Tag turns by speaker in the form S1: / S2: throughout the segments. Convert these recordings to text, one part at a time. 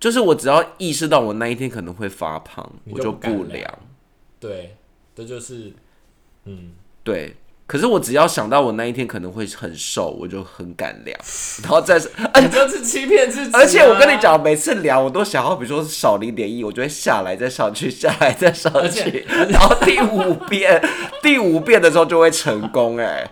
S1: 就是我只要意识到我那一天可能会发胖，
S2: 你
S1: 我
S2: 就
S1: 就
S2: 不敢
S1: 不
S2: 量
S1: 量。
S2: 对，这就是，嗯，
S1: 对，可是我只要想到我那一天可能会很瘦，我就很敢 量，然后再是，而
S2: 你就是欺骗自己、啊
S1: 而且我跟你，讲，每次量我都想要，比如说少零点一，我就会下来再上去，下来再上
S2: 而且
S1: 去，然后第五遍，第五遍的时候就会成功、哎，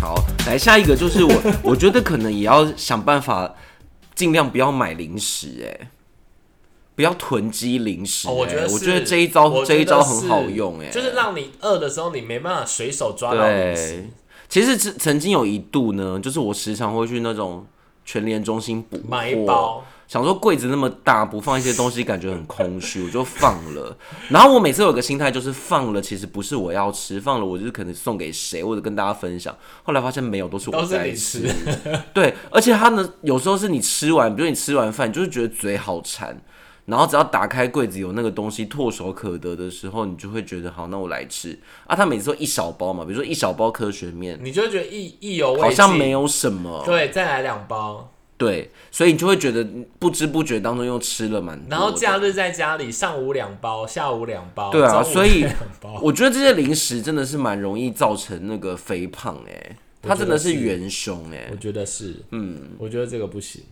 S1: 好，来下一个就是 我，我觉得可能也要想办法，尽量不要买零食、哎。不要囤积零食、
S2: 哦、我觉
S1: 哎
S2: 得是，
S1: 我觉得这一招
S2: 我
S1: 这
S2: 觉
S1: 一
S2: 得
S1: 招很好
S2: 是
S1: 用、哎，
S2: 就是让你饿的时候，你没办法随手抓到零食
S1: 对，，其实曾曾经有一度呢，就是我时常会去那种全联中心补货
S2: 买一包，
S1: 想说柜子那么大，不放一些东西感觉很空虚，我就放了。 然后我每次有个心态就是放了，其实不是我要吃，放了我就是可能送给谁或者跟大家分享。后来发现没有，都是我
S2: 都是
S1: 在
S2: 你
S1: 吃。
S2: 吃，
S1: 对，而且它呢，有时候是你吃完，比如你吃完饭，你就是觉得嘴好馋，然后只要打开柜子有那个东西唾手可得的时候，你就会觉得好，那我来吃啊。他每次都一小包嘛，比如说一小包科学面，
S2: 你就会觉得意意犹未尽，
S1: 好像没有什么，
S2: 对，再来两包，
S1: 对，所以你就会觉得不知不觉当中又吃了蛮多的。
S2: 然后假日在家里上午两包，下午两包，
S1: 对啊
S2: 中午
S1: 所以
S2: 两包，
S1: 我觉得这些零食真的是蛮容易造成那个肥胖哎、它真的是元凶哎、
S2: 我觉 得是，嗯，我觉得这个不行。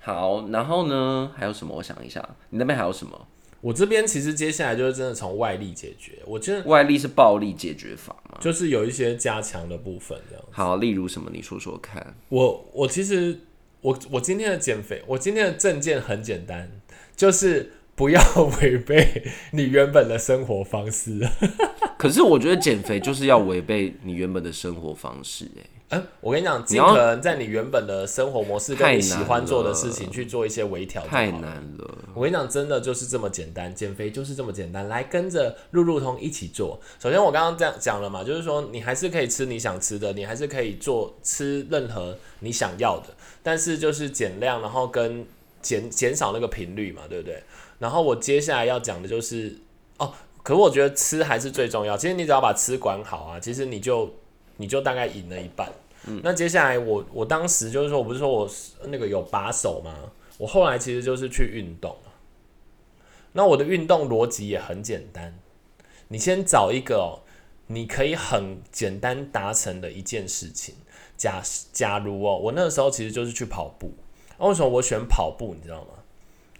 S1: 好，然后呢还有什么？我想一下，你那边还有什么？
S2: 我这边其实接下来就是真的从外力解决，我真的
S1: 外力是暴力解决法吗？
S2: 就是有一些加强的部分这样。
S1: 好，例如什么？你说说看。
S2: 我我其实我我今天的减肥，我今天的证件很简单，就是不要 违背你原本的生活 方式。
S1: 可是我觉得减肥就是要违背你原本的生活方式、欸，
S2: 嗯，我跟你讲，
S1: 你
S2: 尽
S1: 要
S2: 可能在你原本的生活模式
S1: 太
S2: 跟你喜
S1: 难
S2: 欢做的
S1: 了
S2: 事情去做一些微调就
S1: 太
S2: 好了。
S1: 难了。
S2: 我跟你讲，真的就是这么简单，减肥就是这么简单。来跟着路路通一起做。首先，我刚刚这样讲了嘛，就是说你还是可以吃你想吃的，你还是可以做吃任何你想要的，但是就是减量，然后跟减减少那个频率嘛，对不对？然后我接下来要讲的就是哦，可我觉得吃还是最重要。其实你只要把吃管好啊，其实你就你就大概赢了一半。那接下来我我当时就是说，我不是说我是那个有把手吗？我后来其实就是去运动嘛那我的运动逻辑也很简单，你先找一个、哦、你可以很简单达成的一件事情。假假如哦，我那个时候其实就是去跑步。那为什么我选跑步？你知道吗？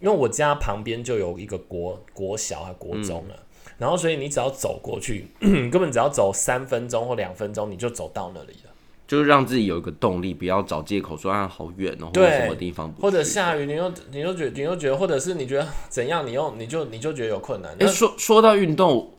S2: 因为我家旁边就有一个国国小还国中啊，然后所以你只要走过去， 你根本只要走三分钟或两分钟，你就走到那里了。
S1: 就是让自己有一个动力，不要找借口说啊好远哦，或
S2: 对
S1: 者什么地方不去
S2: 或者下雨，你又你又觉你又觉得，或者是你觉得怎样，你又你就你就觉得有困难。
S1: 哎、
S2: 那
S1: 说说到运动，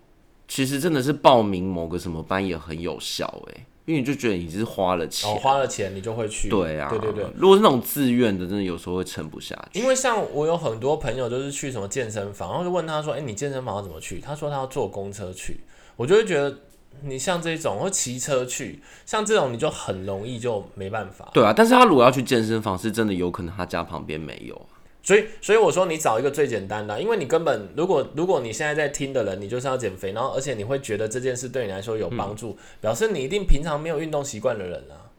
S1: 其实真的是报名某个什么班也很有效哎、因为你就觉得你是花了钱。
S2: 哦，花了钱你就会去。
S1: 对啊，
S2: 对对对。。
S1: 如果是那种自愿的，真的有时候会撑不下去。
S2: 因为像我有很多朋友就是去什么健身房，然后就问他说：“哎、你健身房要怎么去？”他说他要坐公车去。我就会觉得你像这种或骑车去，像这种你就很容易就没办法。
S1: 对啊，但是他如果要去健身房，是真的有可能他家旁边没有啊。
S2: 所以所以我说你找一个最简单的啊，因为你根本如果如果你现在在听的人，你就是要减肥，然后而且你会觉得这件事对你来说有帮助，表示你一定平常没有运动习惯的人啊。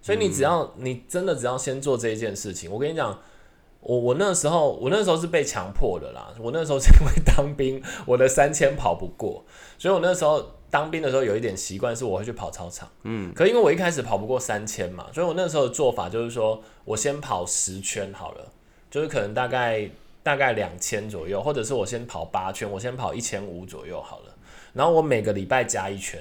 S2: 所以你只要、你真的只要先做这一件事情，我跟你讲，我我那时候我那时候是被强迫的啦，我那时候是因为当兵，我的三千跑不过，所以我那时候当兵的时候有一点习惯是我会去跑操场，嗯，可因为我一开始跑不过三千嘛，所以我那时候的做法就是说我先跑十圈好了，就是可能大概大概两千左右，或者是我先跑八圈，我先跑一千五左右好了，然后我每个礼拜加一圈。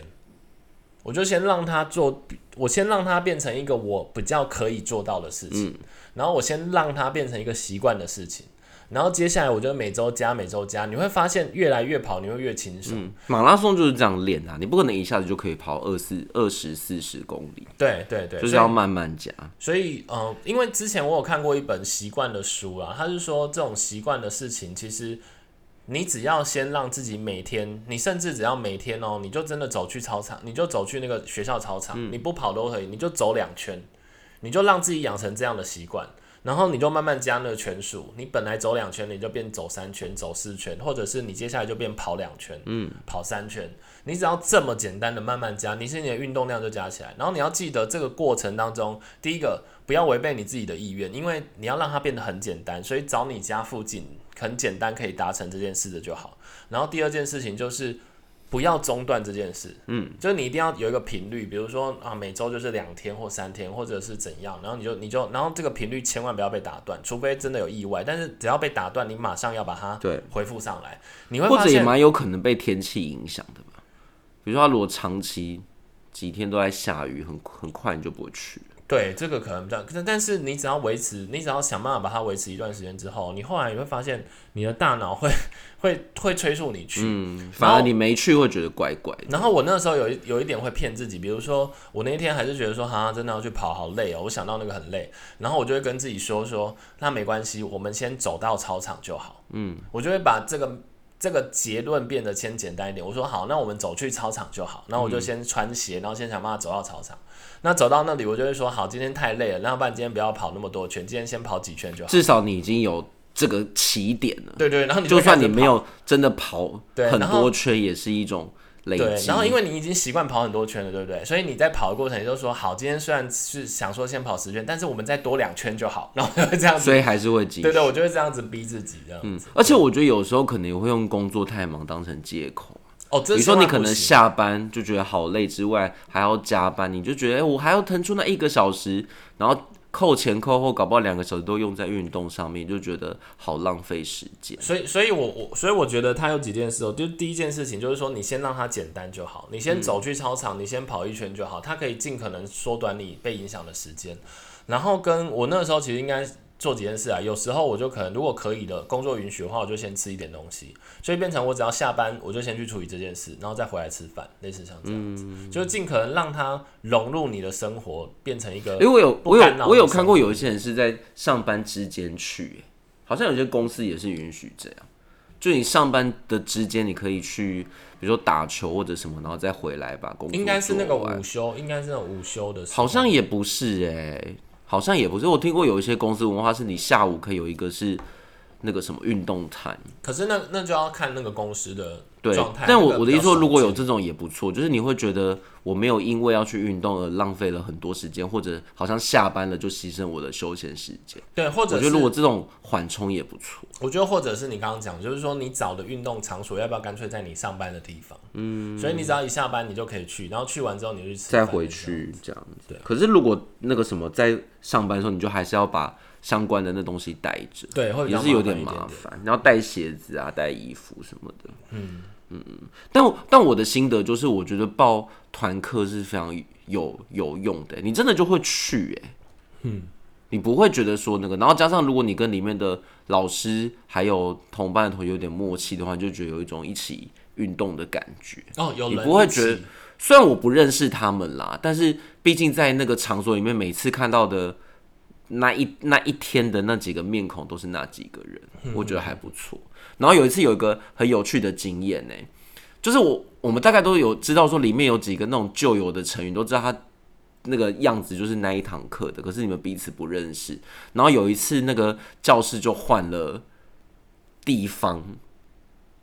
S2: 我就先让他做，我先让他变成一个我比较可以做到的事情，
S1: 嗯
S2: 然后我先让它变成一个习惯的事情，然后接下来我就每周加，每周加，你会发现越来越跑，你会越轻松。
S1: 嗯，马拉松就是这样练啊，你不可能一下子就可以跑二四二十四十公里，
S2: 对对对，
S1: 就是要慢慢加。
S2: 所以，呃，因为之前我有看过一本习惯的书啦，他是说这种习惯的事情，其实你只要先让自己每天，你甚至只要每天哦，你就真的走去操场，你就走去那个学校操场，你不跑都可以，你就走两圈，你就让自己养成这样的习惯，然后你就慢慢加那个圈数。你本来走两圈，你就变走三圈、走四圈，或者是你接下来就变跑两圈，嗯，跑三圈。你只要这么简单的慢慢加，你是你的运动量就加起来。然后你要记得这个过程当中，第一个不要违背你自己的意愿，因为你要让它变得很简单，所以找你家附近很简单可以达成这件事的就好。然后第二件事情就是。不要中断这件事，嗯，就是你一定要有一个频率，比如说啊，每周就是两天或三天，或者是怎样，然后你就你就，然后这个频率千万不要被打断，除非真的有意外，但是只要被打断，你马上要把它
S1: 对
S2: 恢复上来，你会
S1: 或
S2: 发
S1: 者也
S2: 现
S1: 蛮有可能被天气影响的吧。比如说，他如果长期几天都在下雨，很很快你就不会去了。
S2: 对，这个可能比较，但但是你只要维持，你只要想办法把它维持一段时间之后，你后来你会发现，你的大脑会会会催促你去。
S1: 嗯，反而你没去会觉得怪怪的。
S2: 然后我那时候有一有一点会骗自己，比如说我那一天还是觉得说，哈、真的要去跑，好累哦。我想到那个很累，然后我就会跟自己说说，那没关系，我们先走到操场就好。嗯，我就会把这个这个结论变得先简单一点。我说好，那我们走去操场就好。然后我
S1: 嗯
S2: 就先穿鞋，然后先想办法走到操场。那走到那里，我就会说好，今天太累了，那要不然今天不要跑那么多圈，今天先跑几圈就好。
S1: 至少你已经有这个起点了，
S2: 对对，然后你
S1: 就
S2: 开
S1: 算
S2: 始
S1: 你没
S2: 跑
S1: 有真的跑
S2: 对
S1: 很
S2: 然后
S1: 多圈，也是一种累
S2: 对，
S1: 积
S2: 然。后因为你已经习惯跑很多圈了，对不对？所以你在跑的过程，你就说好，今天虽然是想说先跑十圈，但是我们再多两圈就好，然后我就会这样子。
S1: 所以嗯还是会积
S2: 对对，我就会这样子逼自己这样子。
S1: 而且我觉得有时候可能也会用工作太忙当成借口，
S2: 哦，
S1: 比
S2: 这
S1: 如说
S2: 千
S1: 你
S2: 万
S1: 可
S2: 不
S1: 能
S2: 行
S1: 下班就觉得好累，之外还要加班，你就觉得、哎，我还要腾出那一个小时，然后扣前扣后，搞不好两个小时都用在运动上面，就觉得好浪费时间。
S2: 所以，所以我我所以我觉得它有几件事哦，就第一件事情就是说，你先让它简单就好，你
S1: 嗯
S2: 先走去操场，你先跑一圈就好，它可以尽可能缩短你被影响的时间。然后跟我那时候其实应该做几件事啊，有时候我就可能如果可以的，工作允许的话，我就先吃一点东西，所以变成我只要下班我就先去处理这件事，然后再回来吃饭，类似像这样子，
S1: 嗯
S2: 就是尽可能让它融入你的生活，变成一个
S1: 因为我有
S2: 不
S1: 我有
S2: 干扰
S1: 我有
S2: 的生
S1: 看过有一些人是在上班之间去、哎好像有些公司也是允许这样，就你上班的之间你可以去，比如说打球或者什么，然后再回来把工作
S2: 应该是那个
S1: 做完
S2: 午休，应该是那种午休的时候，
S1: 好像也不是哎、好像也不是。我听过有一些公司文化是你下午可以有一个是那个什么运动time，
S2: 可是那那就要看那个公司的
S1: 对
S2: 状态。。
S1: 但
S2: 那
S1: 我
S2: 个
S1: 我的意思说，
S2: 比较
S1: 如果有
S2: 少见
S1: 这种也不错，就是你会觉得我没有因为要去运动而浪费了很多时间，或者好像下班了就牺牲我的休闲时间。
S2: 对，或
S1: 我
S2: 者
S1: 觉
S2: 是
S1: 得如果这种缓冲也不错，
S2: 我觉得或者是你刚刚讲，就是说你找的运动场所要不要干脆在你上班的地方？嗯，所以你只要一下班你就可以去，然后去完之后你就去吃，
S1: 再回。去这样子。可是如果那个什么在上班的时候，你就还是要把相关的那东西带着。
S2: 对，会比
S1: 也
S2: 较
S1: 是有
S2: 麻烦一
S1: 麻
S2: 点。
S1: 烦，然后带鞋子啊，带衣服什么的。嗯嗯嗯。但我但我的心得就是，我觉得报团课是非常有有用的，你真的就会去哎。嗯。你不会觉得说那个，然后加上如果你跟里面的老师还有同班的同学有点默契的话，你就觉得有一种一起运动的感觉。
S2: 哦，有
S1: 你
S2: 人
S1: 不会
S2: 一起
S1: 觉得虽然我不认识他们啦，但是毕竟在那个场所里面，每次看到的那一那一天的那几个面孔都是那几个人，我觉得还不错。然后有一次有一个很有趣的经验呢、就是我我们大概都有知道说里面有几个那种旧友的成员，都知道他那个样子就是那一堂课的，可是你们彼此不认识。然后有一次那个教室就换了地方，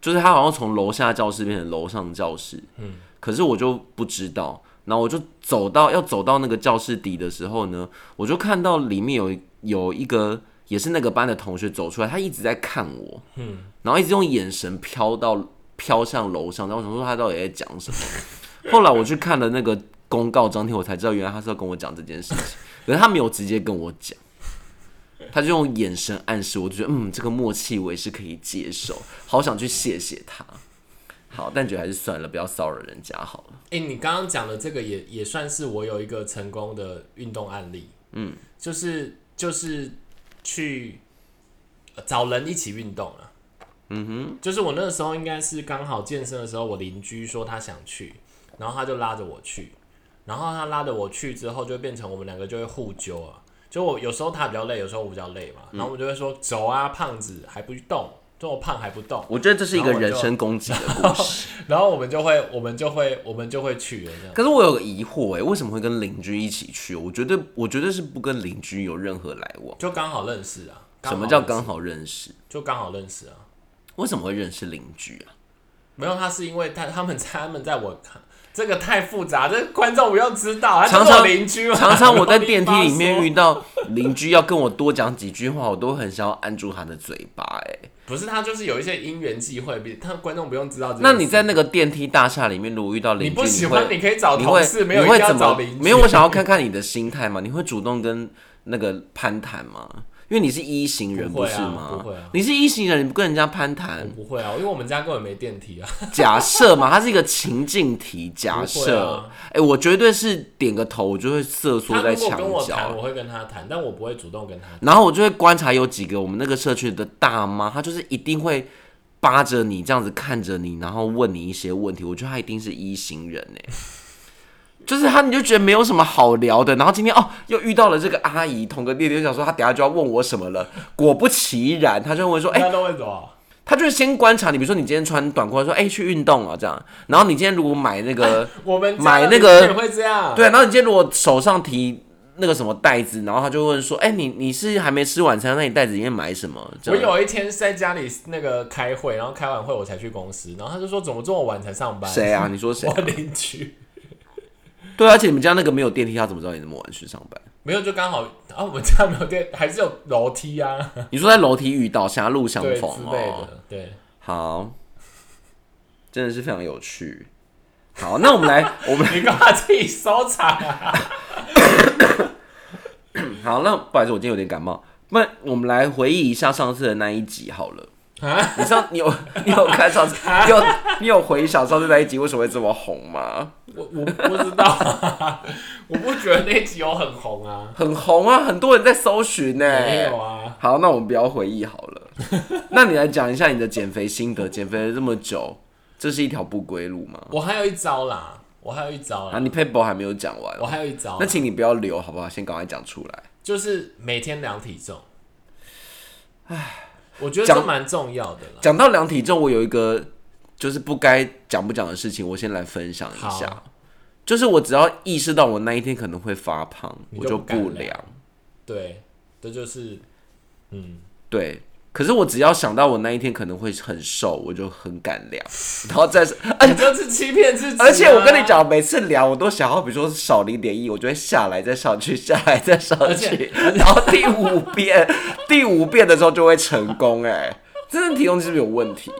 S1: 就是他好像从楼下教室变成楼上教室，嗯，可是我就不知道。然后我就走到要走到那个教室底的时候呢，我就看到里面有有一个也是那个班的同学走出来，他一直在看我，嗯，然后一直用眼神飘到飘向楼上，然后我想说他到底在讲什么。后来我去看了那个公告张贴，我才知道原来他是要跟我讲这件事情，可是他没有直接跟我讲。他就用眼神暗示我，就觉得嗯，这个默契我也是可以接受，好想去谢谢他。好，但觉得还是算了，不要骚扰人家好了。
S2: 哎、你刚刚讲的这个也也算是我有一个成功的运动案例，嗯，就是就是去呃找人一起运动啊，嗯哼，就是我那个时候应该是刚好健身的时候，我邻居说他想去，然后他就拉着我去，然后他拉着我去之后，就变成我们两个就会互揪嗯啊，就我有时候他比较累，有时候我比较累嘛，然后我们就会说走啊，胖子还不去动，这么胖还不动，
S1: 我觉得这是一个人身攻击的故 事。
S2: 然后我们就会我们就会我们就会去了这样。
S1: 可是我有个疑惑，哎，为什么会跟邻居一起去？我绝对我绝对是不跟邻居有任何来往。
S2: 就刚好认识啊。
S1: 什么叫
S2: 刚
S1: 刚
S2: 好认识？
S1: 好认识？
S2: 就刚好认识啊。
S1: 为什么会认识邻居啊？
S2: 没有，他是因为他他们在他们在我看这个太复杂，这个观众不要知道，他
S1: 常
S2: 就是
S1: 常
S2: 我邻居嘛。
S1: 常常我在电梯里面
S2: 我没
S1: 遇
S2: 法说，
S1: 到邻居要跟我多讲几句话，我都很想要按住他的嘴巴、哎，
S2: 不是他就是有一些因缘际会，比他观众不用知道这件事。
S1: 那你在那个电梯大厦里面，如果遇到
S2: 你
S1: 邻居，
S2: 不喜
S1: 会
S2: 欢，你可以找
S1: 你
S2: 同
S1: 会
S2: 事，没
S1: 你
S2: 有一定
S1: 会
S2: 要
S1: 怎
S2: 找
S1: 么
S2: 邻？居。
S1: 没有，我想要看看你的心态嘛。你会主动跟那个攀谈吗？因为你是一型人，
S2: 不会啊
S1: 是吗？
S2: 不会啊
S1: 你是一型人，你不跟人家攀
S2: 我
S1: 谈，
S2: 不会啊，因为我们家根本没电梯啊。
S1: 假设嘛，它是一个情境题。假
S2: 不会
S1: 设
S2: 啊，
S1: 哎、我绝对是点个头，我就会瑟缩
S2: 他
S1: 在
S2: 如果
S1: 墙
S2: 跟我谈，
S1: 角，
S2: 我会跟他谈，但我不会主动跟他谈。
S1: 然后我就会观察有几个我们那个社区的大妈，她就是一定会。扒着你这样子看着你，然后问你一些问题，我觉得她一定是一型人哎、 就是她你就觉得没有什么好聊的，然后今天哦又遇到了这个阿姨，同个弟弟就想说她等下就要问我什么了，果不其然，她就会问 说，哎、
S2: 那都会走。啊
S1: 他就是先观察你，比如说你今天穿短裤，他说哎、去运动啊这样，然后你今天如果买那个，
S2: 我们家
S1: 买
S2: 的
S1: 那个
S2: 邻居也会这样。
S1: 对，然啊后你今天如果手上提那个什么袋子，然后他就问说哎、你你是还没吃晚餐，那你袋子里面买什么？这
S2: 我
S1: 样
S2: 有一天是在家里那个开会，然后开完会我才去公司，然后他就说怎么这么晚才上班？
S1: 谁 啊？你说谁
S2: 我？邻居
S1: 对，而且你们家那个没有电梯，他怎么知道你那么晚去上 班？
S2: 没有，就刚好啊，我们家没有电，还是有楼梯 啊，
S1: 你说在楼梯遇到，狭路相
S2: 对
S1: 逢
S2: 之类
S1: 哦，
S2: 的，对。
S1: 好，真的是非常有趣。好，那我们 来，我们
S2: 你干嘛自己收藏啊？
S1: 好，那不好意思，我今天有点感冒。那我们来回忆一下上次的那一集好了。
S2: 啊
S1: 你上你有你有看上次你有你有回想上次那一集为什么会这么红吗？
S2: 我我不知道、啊我不觉得那集有很红啊，
S1: 很红啊，很多人在搜寻呢、
S2: 没有啊，
S1: 好，那我们不要回忆好 了。那你来讲一下你的减肥心得，减肥了这么久，这是一条不归路吗？
S2: 我还有一招啦，我还有一招
S1: 啊，
S2: 啦，
S1: 你 paper 还没有讲完
S2: 我，还有一招
S1: 那，请你不要留好不好？先赶快讲出 来。
S2: 就是每天量体重。唉，我觉得
S1: 讲
S2: 这蛮重要的啦。
S1: 讲到量体重，我有一个就是不该讲不讲的事情，我先来分享一下
S2: 好。
S1: 就是我只要意识到我那一天可能会发胖，
S2: 你
S1: 我
S2: 就
S1: 就
S2: 不敢
S1: 不
S2: 量
S1: 量。
S2: 对，这就是，嗯，
S1: 对，可是我只要想到我那一天可能会很瘦，我就很敢 量，然后再是，而
S2: 你就是欺骗自己、 啊
S1: 而且我跟你，讲，每次量我都想要，比如说少零点一，我就会下来再上去，下来再上
S2: 而且
S1: 去， 然后第五遍， 第五遍的时候就会成功、哎，真的体重是不是有问题？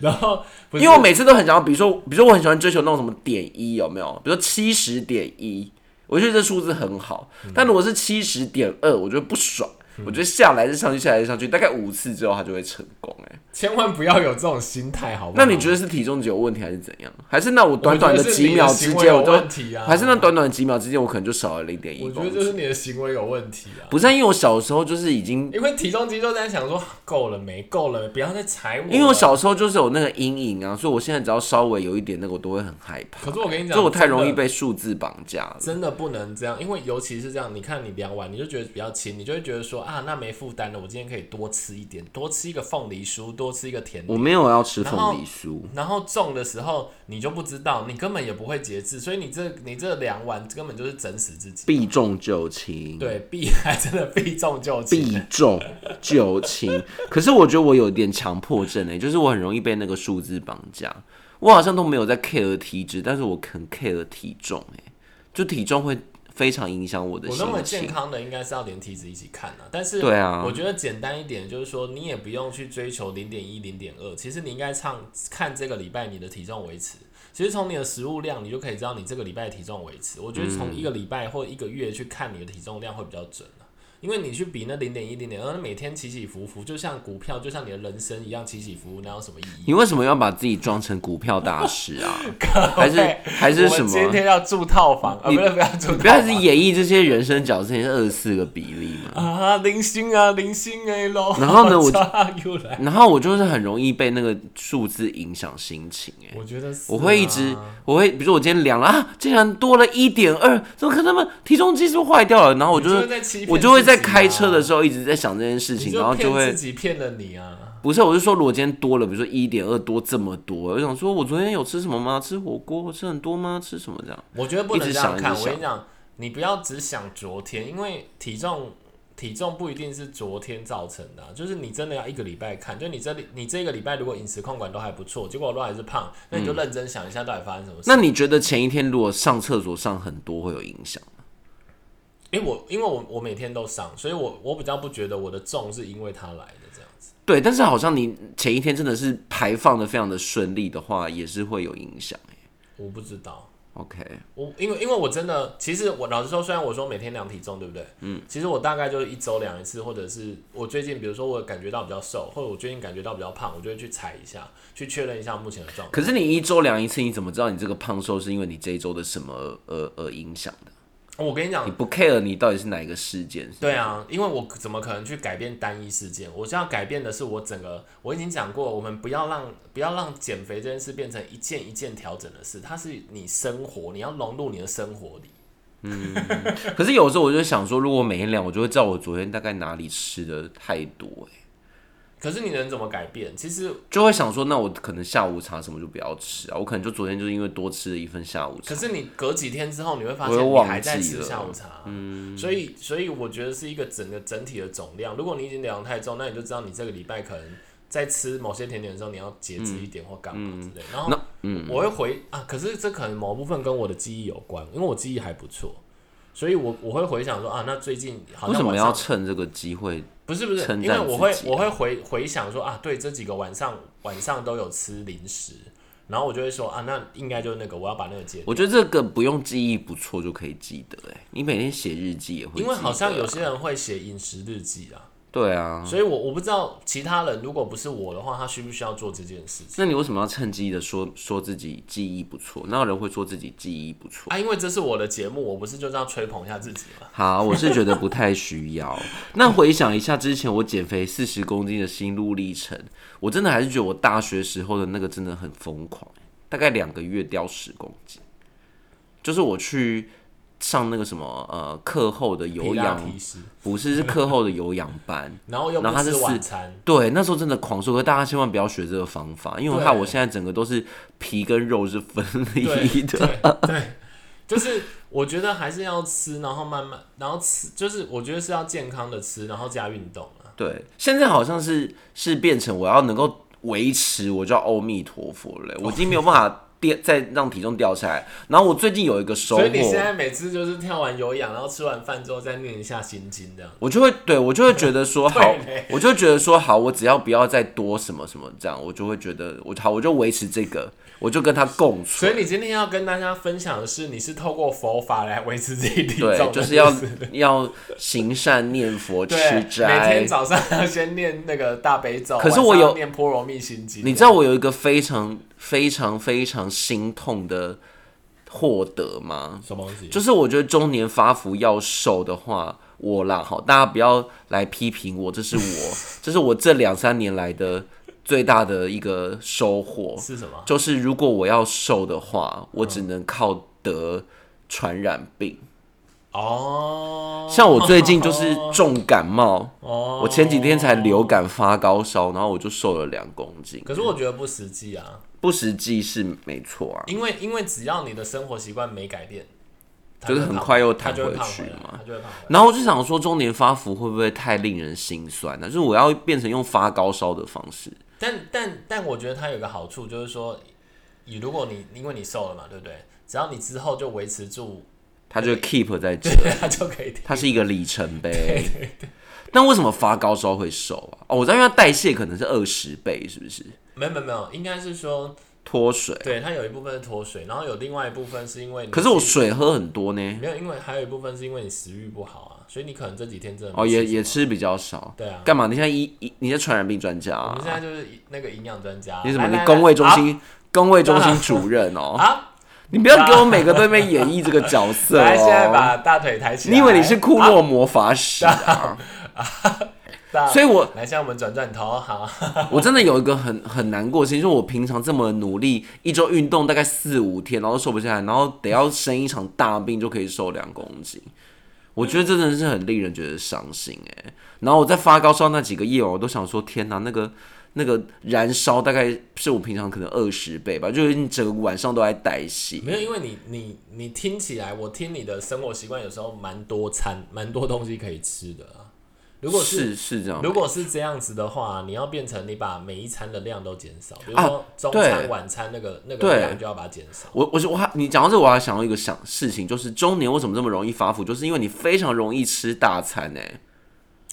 S2: 然后不是
S1: 因为我每次都很想要，比如说，比如说我很喜欢追求那种什么点一，有没有？比如说七十点一，我觉得这数字很好。
S2: 嗯
S1: 但如果是七十点二，我觉得不爽，我觉得下来再上去，下来再上去，大概五次之后它就会成功、哎。
S2: 千万不要有这种心态，好不好？
S1: 那你觉得是体重只有问题，还是怎样？还是那我短
S2: 我觉
S1: 短
S2: 得
S1: 的
S2: 是你
S1: 几
S2: 的
S1: 秒之
S2: 行为
S1: 间，
S2: 有
S1: 我
S2: 问
S1: 都
S2: 题啊？
S1: 还是那短短几秒之间，我可能就少了零点一
S2: 我觉
S1: 公
S2: 得就是
S1: 斤。
S2: 你的行为有问题啊。
S1: 不是啊，因为我小时候就是已经，
S2: 因为体重机就在想说够了没，够了没，不要再踩我了。
S1: 因为我小时候就是有那个阴影啊，所以我现在只要稍微有一点那个，我都会很害怕。
S2: 可是我跟你讲
S1: 这我太容易
S2: 真的
S1: 被数字绑架了。
S2: 真的不能这样，因为尤其是这样，你看你量完你就觉得比较轻，你就会觉得说啊，那没负担了，我今天可以多吃一点，多吃一个凤梨酥，多吃一个甜点。
S1: 我没有要吃
S2: 然后
S1: 凤梨酥，
S2: 然后重的时候你就不知道，你根本也不会节制，所以你这你这量完根本就是整死自己。
S1: 避重就轻。
S2: 对，避 还真的避重就轻。
S1: 避重就轻。 可是我觉得我有点强迫症哎、就是我很容易被那个数字绑架。我好像都没有在 care 体脂，但是我很 care 体重哎、就体重会非常影响我的
S2: 我
S1: 心
S2: 认为健
S1: 情。
S2: 康的应该是要连体脂一起看啊，但是
S1: 对啊
S2: 我觉得简单一点就是说，你也不用去追求零点一、零点二，其实你应该唱看这个礼拜你的体重维持。其实从你的食物量，你就可以知道你这个礼拜的体重维持。我觉得
S1: 嗯
S2: 从一个礼拜或一个月去看你的体重量会比较准啊，因为你去比那零点一、零点二，那每天起起伏伏，就像股票，就像你的人生一样起起伏伏，哪有什么意义？
S1: 你为什么要把自己装成股票大师啊？
S2: 各
S1: 还是
S2: 位
S1: 还是
S2: 我们
S1: 什么
S2: 今天要住套房啊？
S1: 你
S2: 不是不要住套房，
S1: 不要是演绎这些人生角色，也是二十四个比例嘛。
S2: 啊，零星啊，零星哎喽。
S1: 然后呢我
S2: 又来，
S1: 然后我就是很容易被那个数字影响心情哎、
S2: 我觉得是啊
S1: 我会一直，我会，比如说我今天量了啊，竟然多了一点二，怎么可能嘛？体重机是不是坏掉了？然后我
S2: 你
S1: 就
S2: 就
S1: 会
S2: 会在欺骗
S1: 我就会
S2: 自啊
S1: 在开车的时候一直在想这件事
S2: 你
S1: 情，
S2: 就
S1: 然后就
S2: 骗
S1: 会
S2: 自己骗了你啊！
S1: 不是，我是说如果今天多了，比如说一点二多这么多，我想说我昨天有吃什么吗？吃火锅吃很多吗？吃什么这样？
S2: 我觉得不
S1: 一
S2: 能
S1: 直
S2: 这
S1: 想一
S2: 样
S1: 直
S2: 看。我跟
S1: 想
S2: 你讲，你不要只想昨天，因为体重体重不一定是昨天造成的啊、就是你真的要一个礼拜看。就你这里，你这个礼拜如果饮食控管都还不错，结果都还是胖，那你就认真想一下到底发生什么
S1: 嗯
S2: 事。
S1: 那你觉得前一天如果上厕所上很多会有影响？
S2: 因为我因为我我每天都上，所以我我比较不觉得我的重是因为它来的这样子。
S1: 对，但是好像你前一天真的是排放的非常的顺利的话，也是会有影响欸。
S2: 我不知道，
S1: OK，
S2: 我因为因为我真的，其实我老实说，虽然我说每天量体重，对不对？嗯，其实我大概就是一周量一次，或者是我最近，比如说我感觉到比较瘦，或者我最近感觉到比较胖，我就会去踩一下，去确认一下目前的状态。
S1: 可是你一周量一次，你怎么知道你这个胖瘦是因为你这一周的什么而而影响的？
S2: 我跟你讲
S1: 你，不 care 你到底是哪一个事件？
S2: 对啊，因为我怎么可能去改变单一事件？我是要改变的是我整个，我已经讲过，我们不要让不要让减肥这件事变成一件一件调整的事，它是你生活，你要融入你的生活里。
S1: 可是有时候我就想说，如果每天量，我就会知道我昨天大概哪里吃的太多、欸，
S2: 可是你能怎么改变？其实
S1: 就会想说，那我可能下午茶什么就不要吃啊，我可能就昨天就是因为多吃了一份下午茶
S2: 可。是你隔几天之后，你会发现
S1: 我又
S2: 你
S1: 忘记
S2: 还在吃
S1: 了
S2: 下午茶，嗯，所以所以我觉得是一个整个整体的总量。如果你已经量太重，那你就知道你这个礼拜可能在吃某些甜点的时候，你要节制一点或干嘛之类。然后
S1: 那嗯，
S2: 我会回啊，可是这可能某部分跟我的记忆有关，因为我记忆还不错，所以我我会回想说啊，那最近好
S1: 为
S2: 像
S1: 什么
S2: 晚上
S1: 要趁这个机会？
S2: 不是不是，
S1: 称
S2: 因为
S1: 赞自
S2: 我会
S1: 己啊
S2: 我会回回想说啊，对，这几个晚上晚上都有吃零食，然后我就会说啊，那应该就是那个，我要把那个戒掉
S1: 我觉得这个不用记忆不错就可以记得、欸，哎，你每天写日记也会记得啊、
S2: 因为好像有些人会写饮食日记啊，
S1: 对啊，
S2: 所以我我不知道其他人如果不是我的话，他需不需要做这件事情
S1: 那你为什么要趁机的说说自己记忆不错？哪有人会说自己记忆不错？
S2: 啊？因为这是我的节目，我不是就这样吹捧一下自己吗？
S1: 好，我是觉得不太需 要。那回想一下之前我减肥四十公斤的心路历程，我真的还是觉得我大学时候的那个真的很疯狂，大概两个月掉十公斤，就是我去上那个什么呃课后的有
S2: 皮拉
S1: 氧，
S2: 提斯，
S1: 不是是课后的有氧班。
S2: 然后又
S1: 然
S2: 不
S1: 后他
S2: 吃
S1: 是
S2: 晚餐，
S1: 对，那时候真的狂瘦，可大家千万不要学这个方法，因为我怕
S2: 对
S1: 我现在整个都是皮跟肉是分离
S2: 对
S1: 的。
S2: 对对，就是我觉得还是要吃，然后慢慢，然后吃，就是我觉得是要健康的吃，然后加运动啊。
S1: 对，现在好像是是变成我要能够维持，我叫阿弥陀佛了，欸我已经没有办法掉再让体重掉下来。然后我最近有一个收
S2: 所以你现
S1: 获，
S2: 在每次就是跳完有氧，然后吃完饭之后再念一下心经这样。
S1: 我就会对我就会觉得说好
S2: 对嘞，
S1: 我就会觉得说好，我只要不要再多什么什么这样，我就会觉得我好，我就维持这个，我就跟他共处
S2: 所。以你今天要跟大家分享的是，你是透过佛法来维持自己体重
S1: 对，
S2: 的，
S1: 就是要要行善念佛吃
S2: 对，每
S1: 斋
S2: 天，早上要先念那个大悲咒，
S1: 可是
S2: 晚
S1: 我
S2: 上
S1: 有
S2: 念波罗蜜心经，
S1: 你知道我有一个非常非常非常心痛的获得吗？
S2: 什么东西？
S1: 就是我觉得中年发福要瘦的话，我啦，好，大家不要来批评我，这是我，这是我这两三年来的最大的一个收获，
S2: 是什么？
S1: 就是如果我要瘦的话，我
S2: 嗯
S1: 只能靠得传染病。
S2: 哦，
S1: 像我最近就是重感 冒，
S2: 哦，
S1: 我前几天才流感发高烧，然后我就瘦了两公斤，
S2: 可是我觉得不实际啊，
S1: 不实际是没错啊。
S2: 因为因为只要你的生活习惯没改变，它
S1: 就是
S2: 会
S1: 很
S2: 胖
S1: 快又
S2: 它
S1: 弹
S2: 就会
S1: 回
S2: 胖
S1: 去
S2: 回来
S1: 嘛，
S2: 它就会胖回来。
S1: 然后我就想说，中年发福会不会太令人心酸呢、就是我要变成用发高烧的方式，
S2: 但但但我觉得它有个好处，就是说，你如果你因为你瘦了嘛，对不对？只要你之后就维持住，
S1: 它就 keep 在这，
S2: 对，它就可以停。
S1: 它是一个里程碑。但为什么发高烧会瘦啊？哦，我知道，因为它代谢可能是二十倍，是不是？
S2: 没有没有没有，应该是说，
S1: 脱水，
S2: 对，它有一部分是脱水，然后有另外一部分是因为你
S1: 可是我
S2: 自己
S1: 水喝很多呢。
S2: 没有，因为还有一部分是因为你食欲不好啊，所以你可能这几天真的没
S1: 哦，也
S2: 吃什么
S1: 也吃比较少。
S2: 对啊。
S1: 干嘛？你现在医医，你是传染病专家
S2: 我们现
S1: 啊？
S2: 在就是那个营养专家，
S1: 你什么？
S2: 来
S1: 你
S2: 来
S1: 工
S2: 来
S1: 卫中
S2: 啊
S1: 心工卫中心主任哦？
S2: 啊
S1: 你不要给我每个都在那边演绎这个角色
S2: 来，现在
S1: 哦。
S2: 把大腿抬起来。
S1: 你以为你是库洛魔法使 啊？
S2: 大？
S1: 所以我
S2: 来，现在我们转转头，好，
S1: 我真的有一个很很难过的事情，就是我平常这么努力，一周运动大概四五天，然后都瘦不下来，然后得要生一场大病就可以瘦两公斤。我觉得这真的是很令人觉得伤心哎、然后我在发高烧那几个夜晚，我都想说，天哪，那个那个燃烧大概是我平常可能二十倍吧，就是你整个晚上都在代谢。
S2: 没有，因为你你你听起来，我听你的生活习惯有时候蛮多餐，蛮多东西可以吃的啊。如果
S1: 是
S2: 是
S1: 是这样，
S2: 如果是这样子的话，你要变成你把每一餐的量都减少，比如
S1: 啊
S2: 说中餐、
S1: 对
S2: 晚餐那个那个
S1: 对
S2: 量就要把它减少。
S1: 我我是我还你讲到这，我还想到一个想事情，就是中年为什么这么容易发福，就是因为你非常容易吃大餐哎、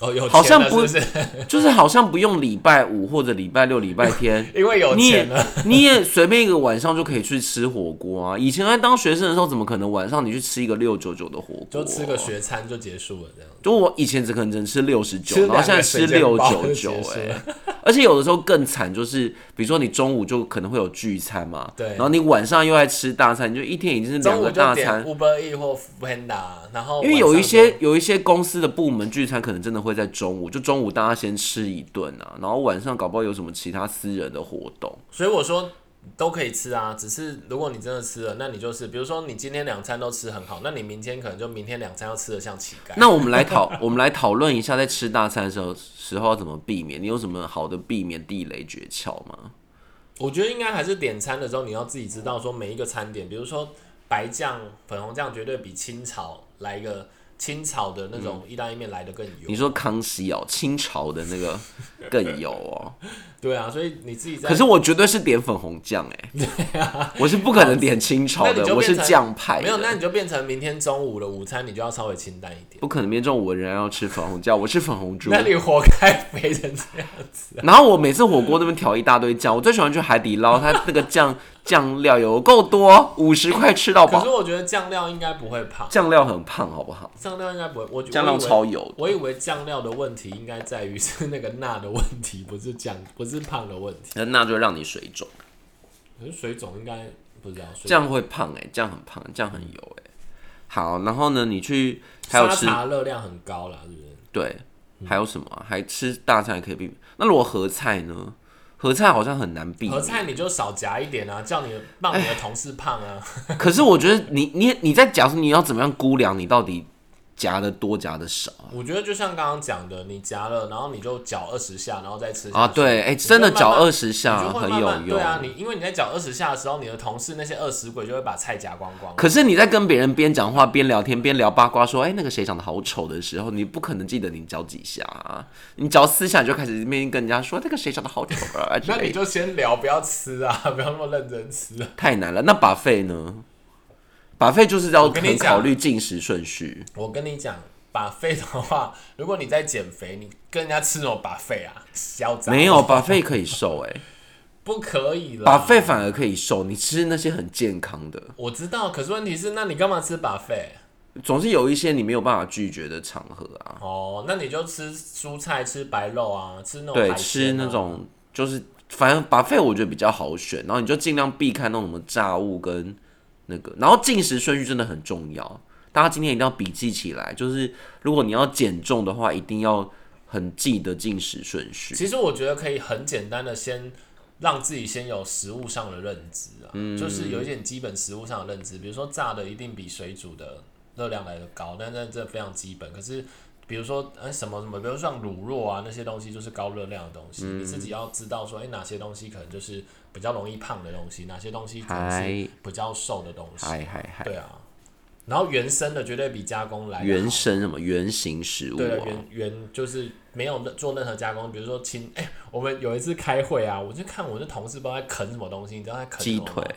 S2: 哦，有
S1: 好
S2: 钱
S1: 像
S2: 了是
S1: 不
S2: 不是？
S1: 就是好像不用礼拜五或者礼拜六、礼拜 天，
S2: 因为有
S1: 你
S2: 钱
S1: 也
S2: 了，
S1: 你也 随便一个晚上就可以去吃火锅啊！以前在当学生的时候，怎么可能晚上你去吃一个六九九的火锅？啊
S2: 就吃个，学餐就结束了这样。
S1: 就我以前只可能只能吃六十
S2: 吃
S1: 九，
S2: 两个
S1: 然后现在吃
S2: 水煎
S1: 六
S2: 包
S1: 九九
S2: 就，结束
S1: 哎
S2: 了，
S1: 而且有的时候更惨，就是比如说你中午就可能会有聚餐嘛，
S2: 对
S1: 然后你晚上又爱吃大餐，你就一天已经是两
S2: 中
S1: 个
S2: 午就
S1: 大
S2: 点
S1: 餐，
S2: Uber E 或 Panda，然后
S1: 因为
S2: 晚上
S1: 有一
S2: 就
S1: 些有一些公司的部门聚餐，可能真的会在中午，就中午大家先吃一顿啊，然后晚上搞不好有什么其他私人的活动。
S2: 所以我说都可以吃啊，只是如果你真的吃了，那你就是比如说你今天两餐都吃很好，那你明天可能就明天两餐要吃的像乞丐。
S1: 那我们来 讨我们来讨论一下，在吃大餐的时候时候要怎么避免？你有什么好的避免地雷诀窍吗？
S2: 我觉得应该还是点餐的时候你要自己知道说每一个餐点，比如说白酱、粉红酱绝对比清炒来一个清炒的那种意大利面来的更油。
S1: 嗯你说康熙哦，清朝的那 个更有哦，
S2: 对啊，所以你自己在
S1: 可是我绝对是点粉红酱哎、我是不可能点清朝
S2: 啊那你
S1: 的，
S2: 就
S1: 我
S2: 变
S1: 是
S2: 成
S1: 酱派
S2: 没有，
S1: 的。
S2: 那你就变成明天中午的午餐你就要稍微清淡一点。
S1: 不可能，命中我仍然要吃粉红酱，我是粉红猪。
S2: 那你活该 肥成这样子。
S1: 然后我每次火锅那边调一大堆酱，我最喜欢去海底 捞，它那个酱酱料有够多，五十块吃到
S2: 可是
S1: 饱。
S2: 我觉得酱料应该不会胖，
S1: 酱料很胖，好不好？
S2: 酱料应该不会，我
S1: 酱料
S2: 我以为
S1: 超油
S2: 我以为酱料的问题应该在于是那个钠的问题，不是酱，不是胖的问题。
S1: 那那就会让你水肿，
S2: 可是水肿应该不知道。水
S1: 这样会胖哎、欸，这样很胖，这样很油哎、好，然后呢，你去还有
S2: 沙
S1: 吃
S2: 茶热量很高啦，是不是？
S1: 对，还有什么啊、还吃大餐也可以避免。那如果合菜呢？合菜好像很难避
S2: 合
S1: 免。
S2: 菜你就少夹一点啊，叫你的让你的同事胖啊。
S1: 可是我觉得你你你在假设你要怎么样估量你到底夹的多夹的少啊？
S2: 我觉得就像刚刚讲的，你夹了，然后你就搅二十下，然后再吃下
S1: 啊，
S2: 去
S1: 对，哎、真的搅二十下
S2: 你就会
S1: 很
S2: 慢
S1: 有
S2: 慢
S1: 用。
S2: 对啊，你因为你在搅二十下的时候，你的同事那些饿死鬼就会把菜夹光光。
S1: 可是你在跟别人边讲话边聊天边聊八卦说，哎、那个谁长得好丑的时候，你不可能记得你嚼几下啊，你嚼四下你就开始面跟人家说那个谁长得好丑啊之
S2: 那你
S1: 类的，
S2: 就先聊，不要吃啊， 不要那么认真吃啊。
S1: 太难了。那把费呢？把费就是要
S2: 我跟你
S1: 很
S2: 讲
S1: 考虑进食顺序，
S2: 我跟你讲，把肺的话，如果你在减肥，你跟人家吃什么把肺啊？嚣张！
S1: 没有把费可以瘦、 哎，
S2: 不可以啦。
S1: 把费反而可以瘦，你吃那些很健康的，
S2: 我知道，可是问题是，那你干嘛吃把肺？
S1: 总是有一些你没有办法拒绝的场合啊，
S2: 哦，那你就吃蔬菜、吃白肉啊，吃那种
S1: 对，
S2: 海
S1: 吃
S2: 鲜啊
S1: 那种就是反正把费我觉得比较好选，然后你就尽量避开那种什么炸物跟那个，然后进食顺序真的很重要，大家今天一定要笔记起来，就是如果你要减重的话，一定要很记得进食顺序。
S2: 其实我觉得可以很简单的先让自己先有食物上的认知啊，
S1: 嗯
S2: 就是有一点基本食物上的认知，比如说炸的一定比水煮的热量来的高，但但这非常基本。可是比如说呃什么什么，比如像乳酪啊那些东西就是高热量的东西，
S1: 嗯
S2: 你自己要知道说，哎、哪些东西可能就是比较容易胖的东西，哪些东西可能是
S1: 嗨
S2: 比较瘦的东西，
S1: 嗨嗨嗨，
S2: 对啊。然后原生的绝对比加工来的好
S1: 原生什么原型食物
S2: 对
S1: 啊
S2: 啊，？原原就是没有任做任何加工，比如说青，哎、我们有一次开会啊，我就看我的同事不知道在啃什么东西，你知道他在啃什
S1: 鸡
S2: 么吗
S1: 腿，，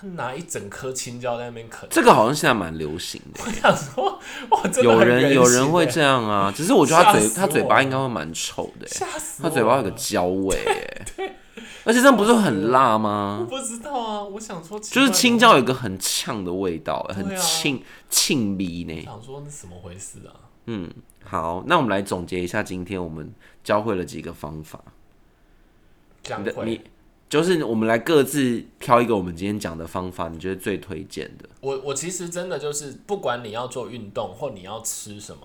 S2: 他拿一整颗青椒在那边啃，
S1: 这个好像现在蛮流行的，
S2: 我想说，哇， 真的
S1: 有
S2: 很
S1: 人
S2: 原
S1: 有
S2: 始
S1: 人会
S2: 欸
S1: 这样啊，只是我觉得他嘴
S2: 吓死
S1: 他嘴
S2: 我
S1: 巴
S2: 了
S1: 应该会蛮臭的欸，
S2: 吓死
S1: 他
S2: 我了，
S1: 嘴巴有个焦味欸，而且这样不是很辣
S2: 我
S1: 吗？
S2: 不知道啊，我想说奇
S1: 就
S2: 怪
S1: 是青，椒有一个很呛的味道，
S2: 啊
S1: 很沁沁鼻
S2: 我
S1: 呢。
S2: 想说那怎么回事啊？
S1: 嗯，好，那我们来总结一下，今天我们教会了几个方法。
S2: 这样
S1: 你的
S2: 会
S1: 你，就是我们来各自挑一个我们今天讲的方法，你觉得最推荐的？
S2: 我我其实真的就是，不管你要做运动或你要吃什么，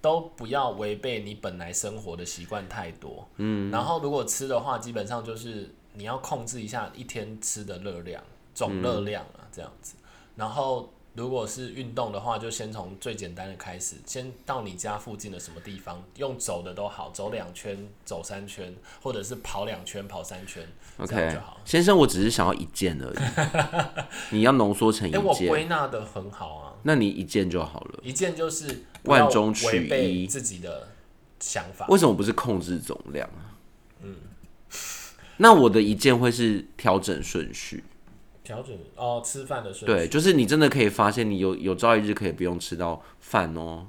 S2: 都不要违背你本来生活的习惯太多。嗯，然后如果吃的话，基本上就是你要控制一下一天吃的热量，总热量啊，这样子。然后如果是运动的话，就先从最简单的开始，先到你家附近的什么地方，用走的都好，走两圈，走三圈，或者是跑两圈，跑三圈这样
S1: ？OK，
S2: 就好。
S1: 先生，我只是想要一件而已， 你要浓缩成
S2: 哎、
S1: 一
S2: 我
S1: 件，
S2: 归纳的很好啊，
S1: 那你一件就好了。
S2: 一件就是不
S1: 万
S2: 要
S1: 中取
S2: 违背
S1: 一
S2: 自己的想法。
S1: 为什么不是控制总量啊？嗯，那我的一件会是调整顺序。
S2: 调整哦，吃饭的顺序。
S1: 对，就是你真的可以发现，你有有朝一日可以不用吃到饭哦，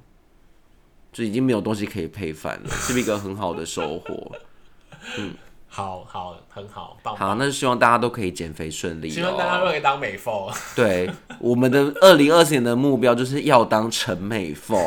S1: 就已经没有东西可以配 饭了，是不是一个很好的收获？
S2: 好好，很好，棒棒。
S1: 好，那就希望大家都可以减肥顺利、哦。
S2: 希望大家都可以当美凤。
S1: 对我们的二零二四年的目标就是要当陈美凤，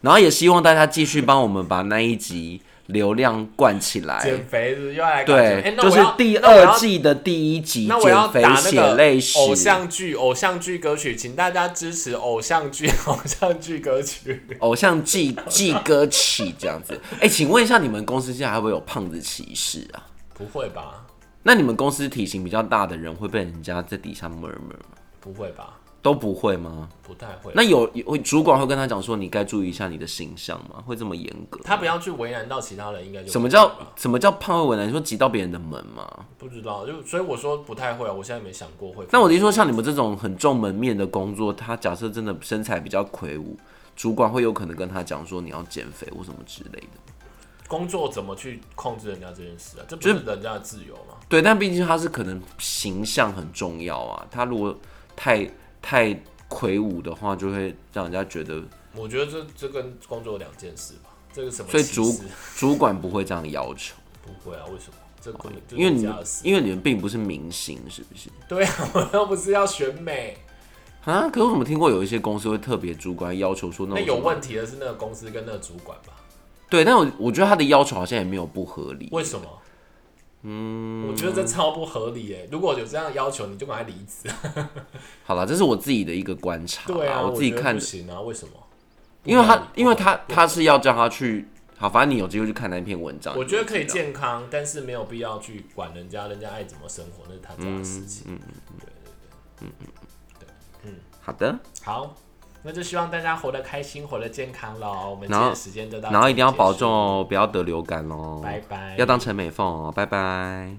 S1: 然后也希望大家继续帮我们把那一集流量灌起来。
S2: 减肥是又要来搞减肥
S1: 对
S2: 哎，那
S1: 就是
S2: 我要
S1: 第
S2: 那我
S1: 二
S2: 要
S1: 季的第一集
S2: 那
S1: 《
S2: 我要
S1: 减肥
S2: 打
S1: 血
S2: 那
S1: 泪
S2: 个
S1: 史》
S2: 偶像剧、偶像剧歌曲，请大家支持偶像剧、 偶像剧歌曲。
S1: 偶像剧剧歌曲这样子。哎、请问一下，你们公司现在还会有胖子歧视啊？
S2: 不会吧？
S1: 那你们公司体型比较大的人会被人家在底下 murmur 吗？
S2: 不会吧？
S1: 都不会吗？
S2: 不太会。
S1: 那有有主管会跟他讲说，你该注意一下你的形象吗？会这么严格吗？
S2: 他不要去为难到其他人，应该就
S1: 什么
S2: 不会吧
S1: 叫什么叫胖会为难？你说挤到别人的门吗？
S2: 不知道？就所以我说不太会啊，我现在没想过会。
S1: 那我的意思说，像你们这种很重门面的工作，他假设真的身材比较魁梧，主管会有可能跟他讲说你要减肥或什么之类的。
S2: 工作怎么去控制人家这件事啊？这不是人家的自由吗？
S1: 对，但毕竟他是可能形象很重要啊，他如果太太魁梧的话，就会让人家觉得，
S2: 我觉得这这跟工作两件事吧。这个什么
S1: 所
S2: 歧
S1: 以
S2: 视？
S1: 主主管不会这样要求，
S2: 不会啊？为什么？这可能就是
S1: 哦因为
S2: 人
S1: 你
S2: 家
S1: 们
S2: 的事
S1: 因为你们并不是明星，是不是？
S2: 对啊，我又不是要选美。
S1: 啊，可是我怎么听过有一些公司会特别主管要求说那
S2: 那
S1: 种
S2: 有
S1: 什么
S2: 问题的是那个公司跟那个主管吧？
S1: 对，但我我觉得他的要求好像也没有不合理。
S2: 为什么？嗯，我觉得这超不合理耶！如果有这样要求，你就赶快离职。
S1: 好了，这是我自己的一个观察啦，
S2: 对啊，
S1: 啊我
S2: 我
S1: 自己
S2: 觉得
S1: 看
S2: 不
S1: 的，
S2: 行啊，为什么？
S1: 因为
S2: 不合
S1: 他
S2: 理
S1: 因为他他是要叫他去，好，反正你有机会去看那篇文章，
S2: 我觉得可以
S1: 你就知道。
S2: 健康，但是没有必要去管人家，人家爱怎么生活那是他家的事情。
S1: 好的，
S2: 好，那就希望大家活得开心，活得健康喽。我们今
S1: 然
S2: 天
S1: 后
S2: 的时间就到，
S1: 然后一定要保重。哦，不要得流感哦，
S2: 拜拜
S1: 要当陈美凤哦，拜拜。